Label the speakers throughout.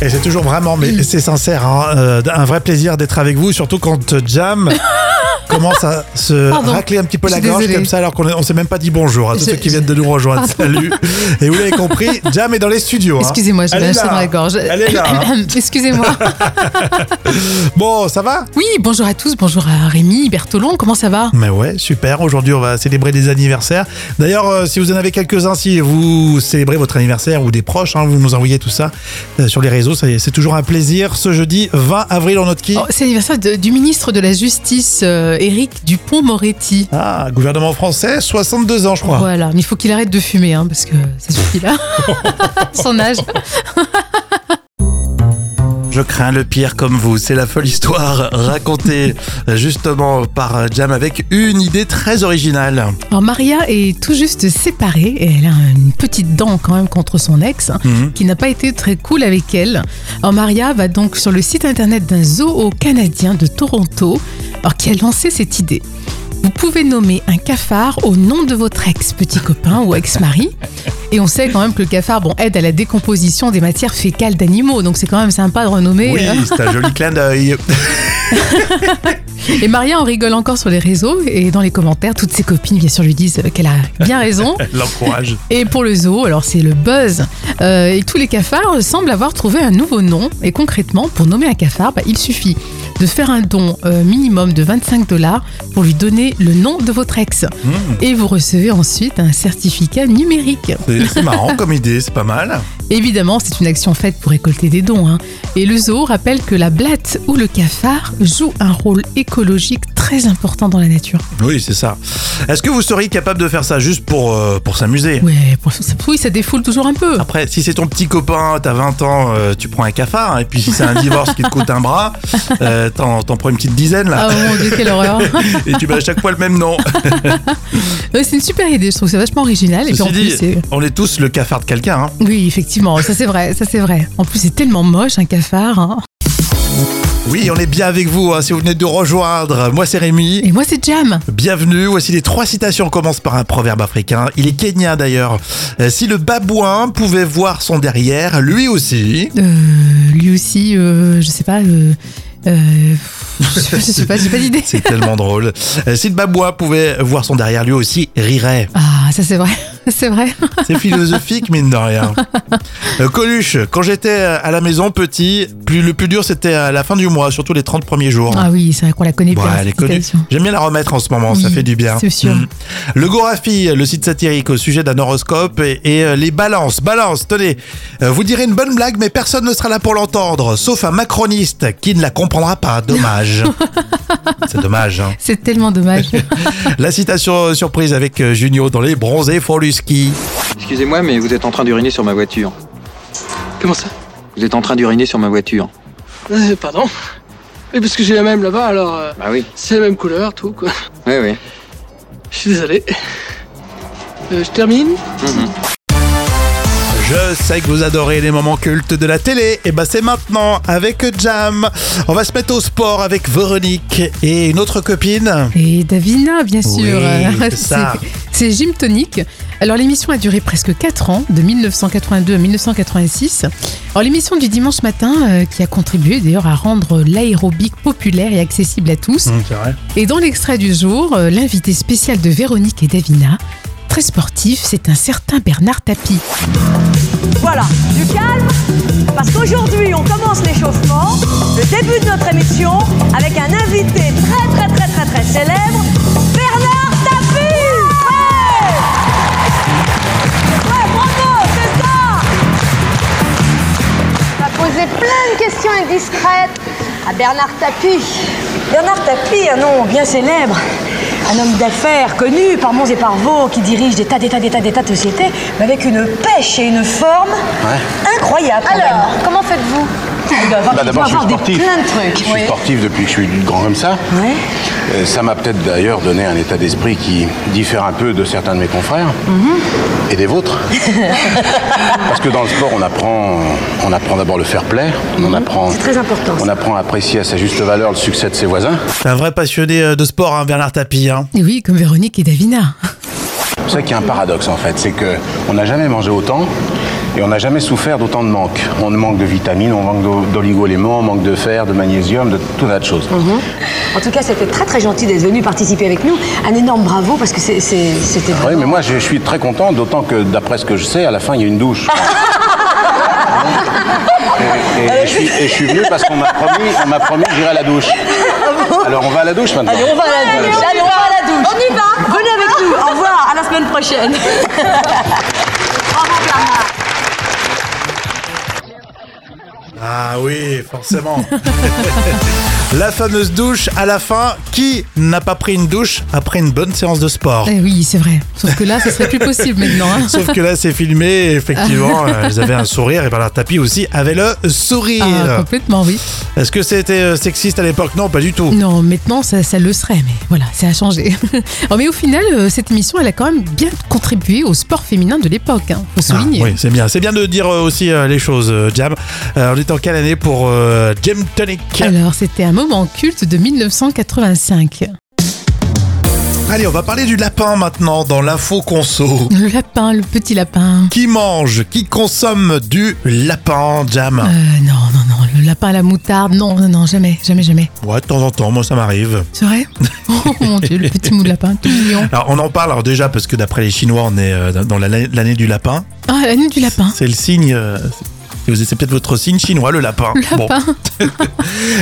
Speaker 1: Et c'est toujours vraiment, mais c'est sincère, hein, euh, un vrai plaisir d'être avec vous, surtout quand euh, Jam commence à se
Speaker 2: Pardon.
Speaker 1: racler un petit peu
Speaker 2: Je
Speaker 1: la
Speaker 2: suis
Speaker 1: gorge
Speaker 2: désolée.
Speaker 1: comme ça, alors qu'on est- on s'est même pas dit bonjour à tous
Speaker 2: Je-
Speaker 1: ceux qui
Speaker 2: je-
Speaker 1: viennent de nous rejoindre. Salut. Et vous l'avez compris, Jam est dans les studios. hein.
Speaker 2: Excusez-moi, j'ai
Speaker 1: Elle est
Speaker 2: lâché
Speaker 1: là.
Speaker 2: dans la gorge.
Speaker 1: Elle est là. hein.
Speaker 2: Excusez-moi.
Speaker 1: Bon, ça va
Speaker 2: Oui, bonjour à tous, bonjour à Rémi, Bertolon, comment ça va
Speaker 1: Mais ouais, super. Aujourd'hui, on va célébrer des anniversaires. D'ailleurs, euh, si vous en avez quelques-uns, si vous célébrez votre anniversaire ou des proches, hein, vous nous envoyez tout ça euh, sur les réseaux. Ça y est, C'est toujours un plaisir. Ce jeudi 20 avril, on note qui
Speaker 2: Oh, C'est l'anniversaire de- du ministre de la Justice, euh, Éric Dupont-Moretti.
Speaker 1: Ah, gouvernement français, 62 ans, je crois.
Speaker 2: Voilà, mais il faut qu'il arrête de fumer, hein, parce que ça suffit là. Son âge.
Speaker 1: Je crains le pire comme vous. C'est la folle histoire racontée euh, justement par euh, Jam avec une idée très originale.
Speaker 2: Alors, Maria est tout juste séparée et elle a une petite dent quand même contre son ex. hein,
Speaker 1: Mhm.
Speaker 2: qui n'a pas été très cool avec elle. Alors Maria va donc sur le site internet d'un zoo canadien de Toronto alors, qui a lancé cette idée. Vous pouvez nommer un cafard au nom de votre ex-petit copain ou ex-mari. Et on sait quand même que le cafard bon, aide à la décomposition des matières fécales d'animaux, donc c'est quand même sympa de renommer.
Speaker 1: Oui,
Speaker 2: hein.
Speaker 1: c'est un joli clin d'œil.
Speaker 2: Et Maria en rigole encore sur les réseaux et dans les commentaires, toutes ses copines bien sûr lui disent qu'elle a bien raison.
Speaker 1: L'encourage.
Speaker 2: Et pour le zoo, alors c'est le buzz. Euh, et tous les cafards semblent avoir trouvé un nouveau nom. Et concrètement, pour nommer un cafard, bah, il suffit de faire un don euh, minimum de 25 dollars pour lui donner le nom de votre ex.
Speaker 1: Mmh.
Speaker 2: Et vous recevez ensuite un certificat numérique.
Speaker 1: C'est- C'est marrant comme idée, c'est pas mal.
Speaker 2: Évidemment, c'est une action faite pour récolter des dons. hein. Et le zoo rappelle que la blatte ou le cafard joue un rôle écologique très important dans la nature.
Speaker 1: Oui, c'est ça. Est-ce que vous seriez capable de faire ça juste pour, euh, pour s'amuser
Speaker 2: Ouais, pour- oui, ça défoule toujours un peu.
Speaker 1: Après, si c'est ton petit copain, t'as 20 ans, euh, tu prends un cafard. Et puis si c'est un divorce qui te coûte un bras, euh, t'en t'en prends une petite dizaine
Speaker 2: Ah
Speaker 1: là.
Speaker 2: mon dieu, quelle horreur
Speaker 1: Et tu mets à chaque fois le même nom.
Speaker 2: Ouais, Euh, c'est une super idée, je trouve c'est vachement original. et puis en
Speaker 1: Ceci
Speaker 2: plus,
Speaker 1: dit,
Speaker 2: c'est-
Speaker 1: on est tous le cafard de quelqu'un. hein.
Speaker 2: oui, effectivement, ça c'est vrai, ça c'est vrai. En plus, c'est tellement moche un cafard. hein.
Speaker 1: Oui, on est bien avec vous. hein, si vous venez de nous rejoindre, moi c'est Rémi.
Speaker 2: Et moi, c'est Jam.
Speaker 1: Bienvenue. Voici les trois citations. On commence par un proverbe africain. Il est kenyan d'ailleurs. Euh, si le babouin pouvait voir son derrière, lui aussi.
Speaker 2: Euh, lui aussi, euh, je sais pas. euh, euh, je sais pas, je sais pas, j'ai pas d'idée.
Speaker 1: C'est tellement drôle. Euh, Si le babouin pouvait voir son derrière, lui aussi rirait.
Speaker 2: Ah, ça c'est vrai, c'est vrai.
Speaker 1: C'est philosophique, mine de rien. Euh, Coluche, quand j'étais à la maison petit, plus, le plus dur c'était à la fin du mois, surtout les 30 premiers jours.
Speaker 2: Ah oui, c'est vrai qu'on la connaît
Speaker 1: Bon,
Speaker 2: bien.
Speaker 1: Bah, elle est
Speaker 2: cette
Speaker 1: connue.
Speaker 2: citation.
Speaker 1: J'aime bien la remettre en ce moment, ça
Speaker 2: hein. Oui,
Speaker 1: fait du bien. Mm.
Speaker 2: c'est sûr.
Speaker 1: Le Gorafi, le site satirique au sujet d'un horoscope et, et, euh, les balances. Balance, tenez, euh, vous direz une bonne blague, mais personne ne sera là pour l'entendre, sauf un macroniste qui ne la comprendra pas. Dommage. c'est dommage. Hein.
Speaker 2: C'est tellement dommage.
Speaker 1: La citation euh, surprise avec euh, Junio dans les bronzés font du ski.
Speaker 3: Excusez-moi, mais vous êtes en train d'uriner sur ma voiture.
Speaker 4: Comment ça
Speaker 3: Vous êtes en train d'uriner sur ma voiture.
Speaker 4: Euh, Pardon Mais parce que j'ai la même là-bas, alors euh,
Speaker 3: Bah oui.
Speaker 4: c'est la même couleur, tout quoi.
Speaker 3: Oui, oui.
Speaker 4: Je suis désolé. Euh, je termine
Speaker 1: Je sais que vous adorez les moments cultes de la télé. Et ben c'est maintenant avec Jam. On va se mettre au sport avec Véronique et une autre copine.
Speaker 2: Et Davina, bien sûr.
Speaker 1: Oui,
Speaker 2: Euh,
Speaker 1: c'est ça.
Speaker 2: c'est Gym Tonic. Alors l'émission a duré presque 4 ans, de 1982 à 1986. Alors l'émission du dimanche matin, euh, qui a contribué d'ailleurs à rendre l'aérobic populaire et accessible à tous.
Speaker 1: Mmh, c'est vrai.
Speaker 2: Et dans l'extrait du jour, euh, l'invité spécial de Véronique et Davina, très sportif, c'est un certain Bernard Tapie.
Speaker 5: Voilà, du calme, parce qu'aujourd'hui on commence l'échauffement, le début de notre émission, avec un invité très très très très très célèbre, Bernard Tapie Ouais Ouais, bravo, c'est ça
Speaker 6: On va poser plein de questions indiscrètes à Bernard Tapie.
Speaker 5: Bernard Tapie, un nom bien célèbre, un homme d'affaires connu par Mons et par Vaux, qui dirige des tas, des tas, des tas, des tas de sociétés, mais avec une pêche et une forme incroyable. quand même.
Speaker 6: Alors, comment faites-vous
Speaker 5: il doit avoir,
Speaker 7: Bah,
Speaker 5: il doit
Speaker 7: D'abord, je suis
Speaker 5: Ah, avoir des,
Speaker 7: sportif.
Speaker 5: plein de trucs.
Speaker 7: Je suis
Speaker 5: oui.
Speaker 7: sportif depuis que je suis grand comme ça.
Speaker 5: Ouais.
Speaker 7: Euh, Ça m'a peut-être d'ailleurs donné un état d'esprit qui diffère un peu de certains de mes confrères
Speaker 5: Mhm.
Speaker 7: et des vôtres. Parce que dans le sport, on apprend, on apprend d'abord le fair play. On apprend.
Speaker 5: Mhm. C'est très important, ça.
Speaker 7: On apprend à apprécier à sa juste valeur le succès de ses voisins.
Speaker 1: C'est un vrai passionné euh, de sport, hein, Bernard Tapie. hein.
Speaker 2: Et oui, comme Véronique et Davina.
Speaker 7: C'est ça qui est un paradoxe en fait, c'est que on n'a jamais mangé autant Et on n'a jamais souffert d'autant de manques. On manque de vitamines, on manque d'o- d'oligo-éléments, on manque de fer, de magnésium, de tout un tas de choses.
Speaker 5: Mhm.
Speaker 8: En tout cas, c'était très très gentil d'être venu participer avec nous. Un énorme bravo parce que c'est- c'est- c'était
Speaker 7: Ah Oui,
Speaker 8: vraiment...
Speaker 7: mais moi je je suis très content, d'autant que d'après ce que je sais, à la fin il y a une douche. et, et- et je suis, et je suis venu parce qu'on m'a promis, on m'a promis que j'irai à la douche. Alors on va à la douche maintenant.
Speaker 8: Ah Allez, on va à la douche. Allez, on va à la douche. On y va. Venez avec nous. Au revoir. À la semaine prochaine. Bravo Bernard.
Speaker 1: Ah oui, forcément. la fameuse douche à la fin. Qui n'a pas pris une douche après une bonne séance de sport
Speaker 2: Eh oui, c'est vrai. Sauf que là, ce serait plus possible maintenant. hein.
Speaker 1: Sauf que là, c'est filmé, et effectivement, euh, elles avaient un sourire, et Bernard Tapie aussi avait le sourire.
Speaker 2: Ah, complètement, oui.
Speaker 1: Est-ce que c'était euh, sexiste à l'époque Non, pas du tout.
Speaker 2: Non, maintenant, ça, ça le serait, mais voilà, ça a changé. Oh, mais au final, euh, cette émission, elle a quand même bien contribué au sport féminin de l'époque, hein, faut
Speaker 1: Ah,
Speaker 2: souligner.
Speaker 1: oui, c'est bien. C'est bien de dire euh, aussi euh, les choses, euh, Jam. Euh, on est en quelle année pour euh, Jam Tonic
Speaker 2: Alors, c'était un moment culte de 1985.
Speaker 1: Allez, on va parler du lapin maintenant dans l'info conso.
Speaker 2: Le lapin, le petit lapin.
Speaker 1: Qui mange, qui consomme du lapin, Jam
Speaker 2: Euh, non, non, non, le lapin à la moutarde, non, non, non, jamais, jamais, jamais.
Speaker 1: Ouais, de temps en temps, moi ça m'arrive.
Speaker 2: C'est vrai Oh mon dieu, le petit mou de lapin, tout mignon.
Speaker 1: Alors on en parle alors déjà parce que d'après les Chinois, on est euh, dans la- l'année du lapin.
Speaker 2: Ah, l'année du lapin.
Speaker 1: C'est le signe. euh, c'est c'est peut-être votre signe chinois, le lapin. Bon.
Speaker 2: Lapin.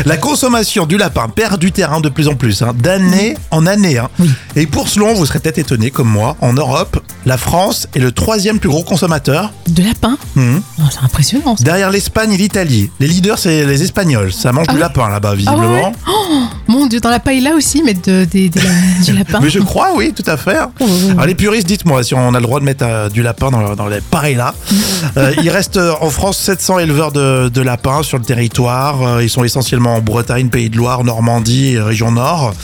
Speaker 1: La consommation du lapin perd du terrain de plus en plus, hein, d'année en année. hein. Et pour selon, vous serez peut-être étonné comme moi, en Europe, la France est le troisième plus gros consommateur,
Speaker 2: De lapin
Speaker 1: Mhm.
Speaker 2: Oh, C'est impressionnant. ça.
Speaker 1: derrière l'Espagne et l'Italie. Les leaders, c'est les Espagnols. Ça mange
Speaker 2: Ah
Speaker 1: du
Speaker 2: ouais
Speaker 1: lapin là-bas,
Speaker 2: Ah ouais,
Speaker 1: visiblement.
Speaker 2: ouais. Oh, mon dieu, dans la paille là aussi, mettre de, des- des- du lapin.
Speaker 1: Mais je crois, oui, tout à fait.
Speaker 2: oui.
Speaker 1: Alors les puristes, dites-moi si on a le droit de mettre euh, du lapin dans, le- dans les pareilles-là. il reste euh, en France 700 éleveurs de, de lapins sur le territoire. Euh, Ils sont essentiellement en Bretagne, Pays de Loire, Normandie, et région Nord.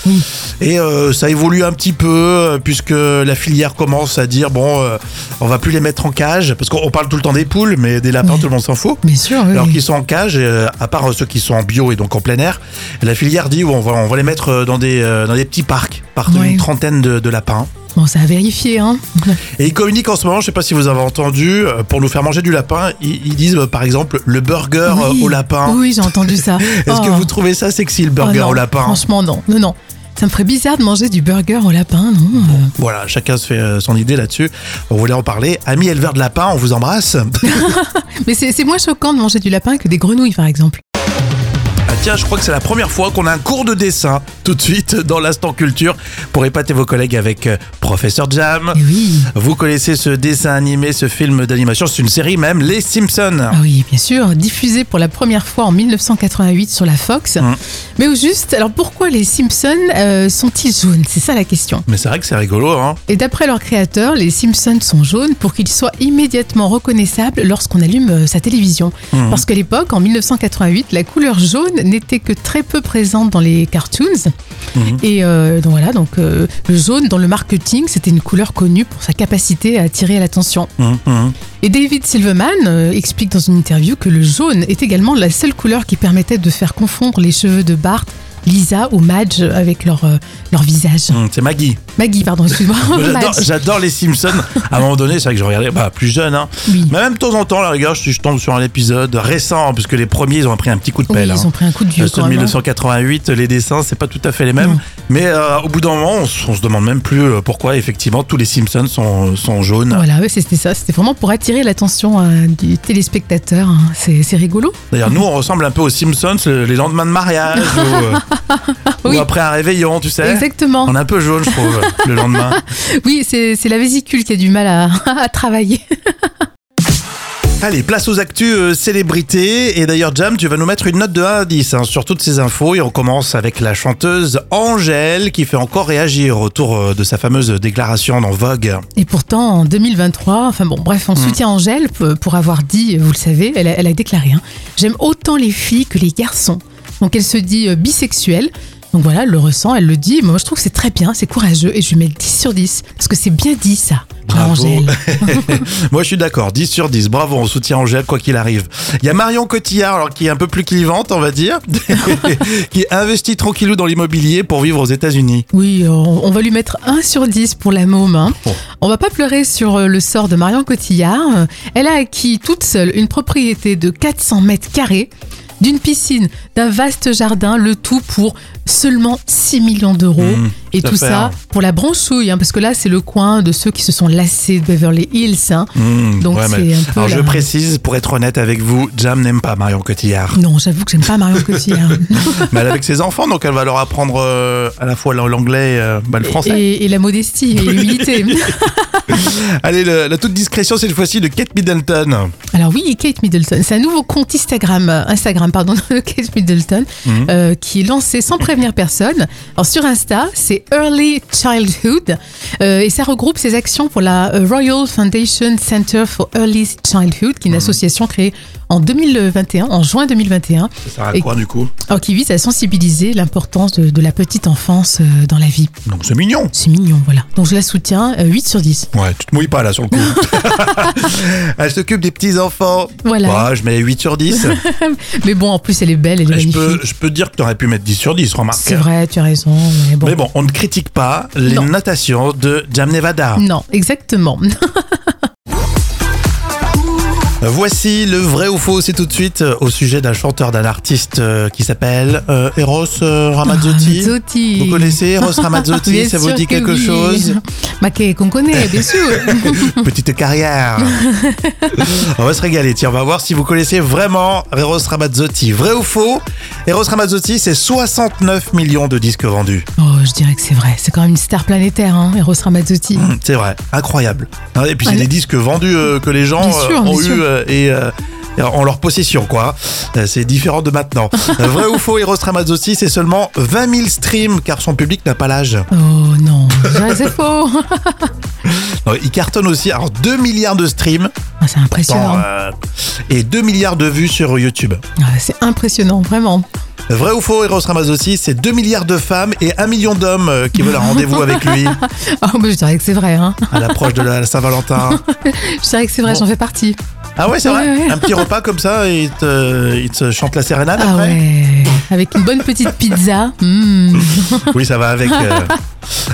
Speaker 1: Et euh, ça évolue un petit peu euh, puisque la filière commence à dire bon, euh, on va plus les mettre en cage parce qu'on on parle tout le temps des poules, mais des lapins,
Speaker 2: Oui.
Speaker 1: tout le monde s'en fout.
Speaker 2: Bien sûr, oui,
Speaker 1: Alors
Speaker 2: oui.
Speaker 1: qu'ils sont en cage, euh, à part euh, ceux qui sont en bio et donc en plein air, la filière dit on va, on va les mettre euh, dans des, euh, dans des petits parcs, parcs d'une
Speaker 2: Ouais.
Speaker 1: trentaine de, de lapins.
Speaker 2: Bon, ça a vérifié, hein.
Speaker 1: Et ils communiquent en ce moment, je sais pas si vous avez entendu, euh, pour nous faire manger du lapin, ils, ils disent euh, par exemple le burger euh,
Speaker 2: Oui.
Speaker 1: au lapin.
Speaker 2: Oui, j'ai entendu ça.
Speaker 1: Est-ce que
Speaker 2: Oh.
Speaker 1: vous trouvez ça sexy le burger
Speaker 2: Oh non,
Speaker 1: au lapin
Speaker 2: Franchement, non. Non, non. Ça me ferait bizarre de manger du burger au lapin, non
Speaker 1: Voilà, chacun se fait euh, son idée là-dessus. On voulait en parler. Amis éleveurs de lapin, on vous embrasse.
Speaker 2: Mais c'est c'est moins choquant de manger du lapin que des grenouilles, par exemple.
Speaker 1: Ah tiens, je crois que c'est la première fois qu'on a un cours de dessin tout de suite dans l'instant culture pour épater vos collègues avec euh, Professeur Jam.
Speaker 2: Eh oui.
Speaker 1: Vous connaissez ce dessin animé, ce film d'animation, c'est une série même, Les Simpsons.
Speaker 2: Ah oui, bien sûr, diffusé pour la première fois en 1988 sur la Fox.
Speaker 1: Mm.
Speaker 2: Mais au juste, alors pourquoi les Simpsons euh, sont-ils jaunes C'est ça la question.
Speaker 1: Mais c'est vrai que c'est rigolo, hein
Speaker 2: Et d'après leur créateur, les Simpsons sont jaunes pour qu'ils soient immédiatement reconnaissables lorsqu'on allume euh, sa télévision. Parce qu'à l'époque, en 1988, la couleur jaune n'était que très peu présente dans les cartoons. Et euh, donc voilà, donc euh, le jaune dans le marketing, c'était une couleur connue pour sa capacité à attirer l'attention.
Speaker 1: Hum, hum.
Speaker 2: Et David Silverman euh, explique dans une interview que le jaune est également la seule couleur qui permettait de faire confondre les cheveux de Bart, Lisa ou Madge avec leur, euh, leur visage.
Speaker 1: Hum, C'est Maggie.
Speaker 2: Maggie, pardon, excuse-moi.
Speaker 1: Moi, j'adore-
Speaker 2: Madge.
Speaker 1: J'adore les Simpsons. À un moment donné, c'est vrai que je regardais bah, plus jeune. Hein.
Speaker 2: Oui.
Speaker 1: Mais même de temps en temps, là, regarde, je, je tombe sur un épisode récent, hein, puisque les premiers, ils ont pris un petit coup de
Speaker 2: Oui,
Speaker 1: pelle. hein.
Speaker 2: ils ont pris un coup de vieux
Speaker 1: Ceux de
Speaker 2: quand même. hein.
Speaker 1: 1988, les dessins, c'est pas tout à fait les mêmes.
Speaker 2: Non.
Speaker 1: Mais euh, au bout d'un moment, on, s- on se demande même plus euh, pourquoi, effectivement, tous les Simpsons sont, sont jaunes.
Speaker 2: Voilà, ouais, c'était ça. C'était vraiment pour attirer l'attention euh, du téléspectateur. hein. C'est c'est rigolo.
Speaker 1: D'ailleurs, nous, on ressemble un peu aux Simpsons euh, les lendemains de mariage ou, euh, ou
Speaker 2: Oui.
Speaker 1: après un réveillon, tu sais.
Speaker 2: Exactement.
Speaker 1: On est un peu jaune, je trouve, le lendemain.
Speaker 2: Oui, c'est c'est la vésicule qui a du mal à, à travailler.
Speaker 1: Allez, place aux actus euh, célébrités. Et d'ailleurs, Jam, tu vas nous mettre une note de 1 à 10 hein, sur toutes ces infos. Et on commence avec la chanteuse Angèle qui fait encore réagir autour euh, de sa fameuse déclaration dans Vogue.
Speaker 2: Et pourtant, en 2023, enfin bon, bref, on soutient Angèle p- pour avoir dit, vous le savez, elle a, elle a déclaré hein, J'aime autant les filles que les garçons. Donc elle se dit euh, bisexuelle. Donc voilà, elle le ressent, elle le dit. Moi, je trouve que c'est très bien, c'est courageux et je lui mets 10 sur 10 parce que c'est bien dit ça. Angèle.
Speaker 1: Moi, je suis d'accord. 10 sur 10. Bravo, on soutient Angèle, quoi qu'il arrive. Il y a Marion Cotillard, alors, qui est un peu plus clivante, on va dire, qui investit tranquillou dans l'immobilier pour vivre aux États-Unis.
Speaker 2: Oui, euh, on on va lui mettre 1 sur 10 pour la môme. hein.
Speaker 1: Bon.
Speaker 2: On va pas pleurer sur euh, le sort de Marion Cotillard. Euh, Elle a acquis toute seule une propriété de 400 mètres carrés, d'une piscine, d'un vaste jardin, le tout pour seulement 6 millions d'euros.
Speaker 1: Mmh,
Speaker 2: Et
Speaker 1: tout à
Speaker 2: tout
Speaker 1: fait, hein.
Speaker 2: ça pour la bronchouille, hein, parce que là, c'est le coin de ceux qui se sont lassés de Beverly Hills. hein.
Speaker 1: Mmh,
Speaker 2: Donc,
Speaker 1: ouais,
Speaker 2: c'est
Speaker 1: mais-
Speaker 2: un peu
Speaker 1: Alors, je
Speaker 2: la-
Speaker 1: précise, pour être honnête avec vous, Jam n'aime pas Marion Cotillard.
Speaker 2: Non, j'avoue que j'aime pas Marion Cotillard.
Speaker 1: Mais elle est avec ses enfants, donc elle va leur apprendre euh, à la fois l'anglais et euh, bah, le français.
Speaker 2: et, et la modestie et l'humilité.
Speaker 1: Allez, le- la toute discrétion, cette fois-ci, de Kate Middleton.
Speaker 2: Alors oui, Kate Middleton, c'est un nouveau compte Instagram, euh, Instagram pardon, de Kate Middleton,
Speaker 1: Mhm.
Speaker 2: euh, qui est lancé sans prévenir personne. Alors sur Insta, c'est Early Childhood, euh, et ça regroupe ses actions pour la euh, Royal Foundation Center for Early Childhood,
Speaker 1: Mhm.
Speaker 2: qui est une association créée en 2021, en juin 2021,
Speaker 1: Ça sert à
Speaker 2: Et-
Speaker 1: quoi, du coup
Speaker 2: alors qui vise à sensibiliser l'importance de, de la petite enfance euh, dans la vie.
Speaker 1: Donc, c'est mignon.
Speaker 2: C'est mignon, voilà. Donc je la soutiens, euh, 8 sur 10.
Speaker 1: Ouais, tu te mouilles pas là sur le coup. elle s'occupe des petits-enfants.
Speaker 2: Voilà.
Speaker 1: Bah, je mets 8 sur 10.
Speaker 2: Mais bon, en plus elle est belle, elle est
Speaker 1: je,
Speaker 2: magnifique.
Speaker 1: peux, je peux te dire que tu aurais pu mettre 10 sur 10, remarque.
Speaker 2: C'est vrai, tu as raison. Mais bon.
Speaker 1: Mais bon, on ne critique pas les
Speaker 2: Non. Mm.
Speaker 1: notations de Jam Nevada.
Speaker 2: Non, exactement.
Speaker 1: Voici le vrai ou faux, c'est tout de suite euh, au sujet d'un chanteur, d'un artiste euh, qui s'appelle euh, Eros euh, Ramazzotti.
Speaker 2: Ramazzotti.
Speaker 1: Vous connaissez Eros
Speaker 2: Ah, Bien
Speaker 1: Ramazzotti, ça vous
Speaker 2: sûr
Speaker 1: dit
Speaker 2: que
Speaker 1: quelque
Speaker 2: oui.
Speaker 1: chose
Speaker 2: Bah, que- qu'on connaît, bien sûr.
Speaker 1: Petite carrière. on va se régaler, tiens, on va voir si vous connaissez vraiment Eros Ramazzotti. Vrai ou faux Eros Ramazzotti, c'est 69 millions de disques vendus.
Speaker 2: oh, je dirais que c'est vrai. C'est quand même une star planétaire, hein, Eros Ramazzotti.
Speaker 1: Hum, C'est vrai, incroyable. Hein, Et puis c'est
Speaker 2: Ouais.
Speaker 1: des disques vendus euh, que les gens
Speaker 2: Bien
Speaker 1: euh,
Speaker 2: sûr,
Speaker 1: ont
Speaker 2: bien
Speaker 1: eu
Speaker 2: sûr.
Speaker 1: euh, et euh, en leur possession, quoi. Euh, C'est différent de maintenant. Euh, vrai ou faux, Eros Ramazzotti, c'est seulement 20 000 streams car son public n'a pas l'âge.
Speaker 2: Oh non, je dirais que c'est faux.
Speaker 1: Euh, Il cartonne aussi, alors 2 milliards de streams
Speaker 2: Ah, c'est
Speaker 1: dans,
Speaker 2: impressionnant.
Speaker 1: euh, et 2 milliards de vues sur YouTube.
Speaker 2: Ah, c'est impressionnant, vraiment.
Speaker 1: Vrai ou faux, Eros Ramazzotti, c'est 2 milliards de femmes et 1 million d'hommes euh, qui veulent un rendez-vous avec lui
Speaker 2: Ah, moi, je dirais que c'est vrai. hein.
Speaker 1: à l'approche de la Saint-Valentin.
Speaker 2: Je dirais que c'est vrai,
Speaker 1: Bon.
Speaker 2: j'en fais partie.
Speaker 1: Ah ouais, c'est vrai
Speaker 2: Ouais, ouais.
Speaker 1: Un petit repas comme ça et il te, il te chante la sérénade
Speaker 2: Ah
Speaker 1: après
Speaker 2: ouais. Avec une bonne petite pizza. Hmm.
Speaker 1: Oui, ça va avec. euh,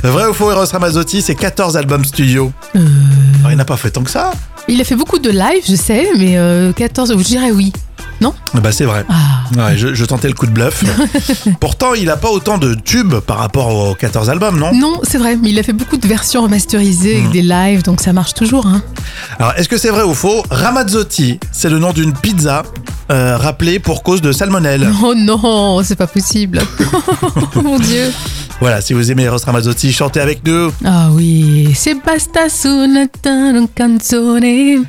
Speaker 1: Vrai ou faux, Eros Ramazzotti, c'est 14 albums studio.
Speaker 2: Euh.
Speaker 1: Alors, il n'a pas fait tant que ça.
Speaker 2: Il a fait beaucoup de live, je sais, mais euh, 14, je dirais oui.
Speaker 1: Bah, c'est vrai.
Speaker 2: Ah.
Speaker 1: Ouais, je, je tentais le coup de bluff. Pourtant, il n'a pas autant de tubes par rapport aux 14 albums, non
Speaker 2: Non, c'est vrai, mais il a fait beaucoup de versions remasterisées
Speaker 1: Mm.
Speaker 2: avec des lives, donc ça marche toujours. Hein.
Speaker 1: Alors, est-ce que c'est vrai ou faux Ramazzotti, c'est le nom d'une pizza euh, rappelée pour cause de salmonelle.
Speaker 2: Oh non, c'est pas possible. Oh Mon Dieu.
Speaker 1: Voilà, si vous aimez Eros Ramazzotti, chantez avec nous.
Speaker 2: Ah oui, c'est basta su una tan- canzone.